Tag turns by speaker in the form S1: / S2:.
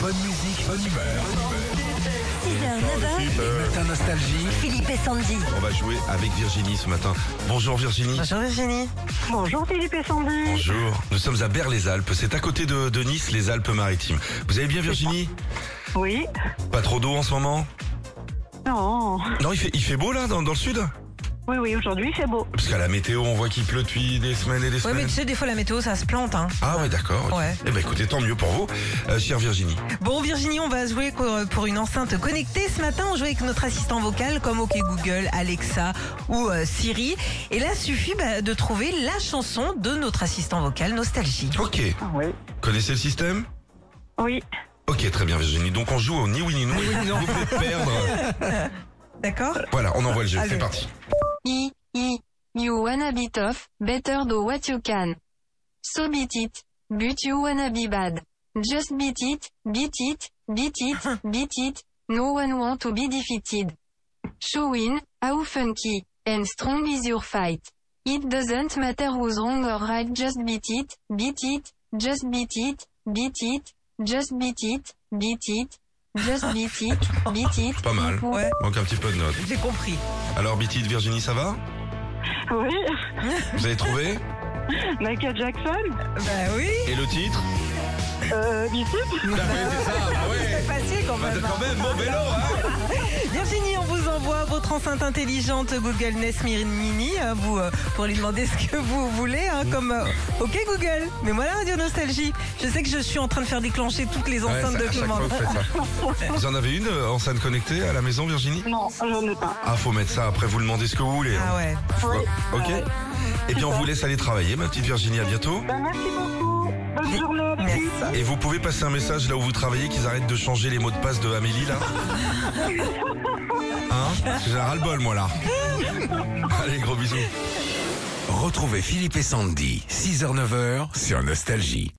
S1: Bonne musique, bonne humeur.
S2: 6h, 9h,
S1: Les matins nostalgie.
S2: Philippe et Sandy.
S3: On va jouer avec Virginie ce matin. Bonjour Virginie.
S4: Bonjour Virginie.
S5: Bonjour Philippe et Sandy.
S3: Bonjour. Nous sommes à Berre-les-Alpes. C'est à côté de, de Nice, les Alpes-Maritimes. Vous allez bien Virginie
S5: Oui.
S3: Pas trop d'eau en ce moment
S5: Non.
S3: Non, il fait, il fait beau là, dans, dans le sud
S5: Oui, oui, aujourd'hui c'est beau.
S3: Parce qu'à la météo, on voit qu'il pleut depuis des semaines et des
S4: Ouais, mais
S3: semaines.
S4: tu sais, des fois la météo, ça se plante. Hein.
S3: Ah ouais, d'accord. ok.
S4: Ouais.
S3: Eh ben écoutez, tant mieux pour vous, euh, chère Virginie.
S4: Bon, Virginie, on va jouer pour pour une enceinte connectée. Ce matin, on joue avec notre assistant vocal comme OK Google, Alexa ou euh, Siri. Et là, suffit bah, de trouver la chanson de notre assistant vocal Nostalgie.
S3: Ok.
S5: Oui.
S3: Connaissez le système
S5: Oui.
S3: Ok, très bien Virginie. Donc on joue au ni oui ni non. Vous faites perdre.
S4: D'accord
S3: Voilà, on envoie le jeu.
S4: Allez.
S3: C'est parti.
S6: E, E, you wanna be tough, better do what you can. So beat it, but you wanna be bad. Just beat it, beat it, beat it, beat it, no one want to be defeated. Showing, how funky, and strong is your fight. It doesn't matter who's wrong or right, just beat it, beat it, just beat it, beat it, just beat it, beat it, just beat it, beat it.
S3: Pas mal.
S4: Ouais,
S3: Manque un petit peu de notes.
S4: j'ai compris.
S3: Alors Bitit, Virginie, ça va
S5: Oui.
S3: Vous avez trouvé
S5: Michael Jackson.
S4: Bah oui,
S3: Et le titre
S5: Euh, Bishop.
S3: Ah ouais, c'est ça, ah ouais.
S4: c'est facile quand
S3: Bah,
S4: même.
S3: t'as
S4: hein.
S3: quand même, bon vélo, hein
S4: Virginie, on vous envoie votre enceinte intelligente Google Nest Mi- Mini hein, vous, euh, pour lui demander ce que vous voulez,
S3: Mm.
S4: hein, comme euh, OK Google, mais moi la radio nostalgie. Je sais que je suis en train de faire déclencher toutes les
S3: Ouais,
S4: enceintes
S3: ça,
S4: de
S3: à
S4: tout le
S3: chaque
S4: monde.
S3: fois, vous faites ça. Vous en avez une euh, enceinte connectée à la maison, Virginie
S5: Non, j'en ai pas.
S3: Ah, faut mettre ça, après vous demandez ce que vous voulez. hein.
S4: Ah ouais.
S3: Ouais, Ok Eh bien, on vous laisse aller travailler, ma petite Virginie, à bientôt.
S5: Ben, merci beaucoup. Bonne journée à
S4: Merci.
S5: tous.
S3: Et vous pouvez passer un message là où vous travaillez qu'ils arrêtent de changer les mots de passe de Amélie, là Hein J'ai un ras-le-bol, moi, là. Allez, gros bisous.
S1: Retrouvez Philippe et Sandy, 6h-9h sur Nostalgie.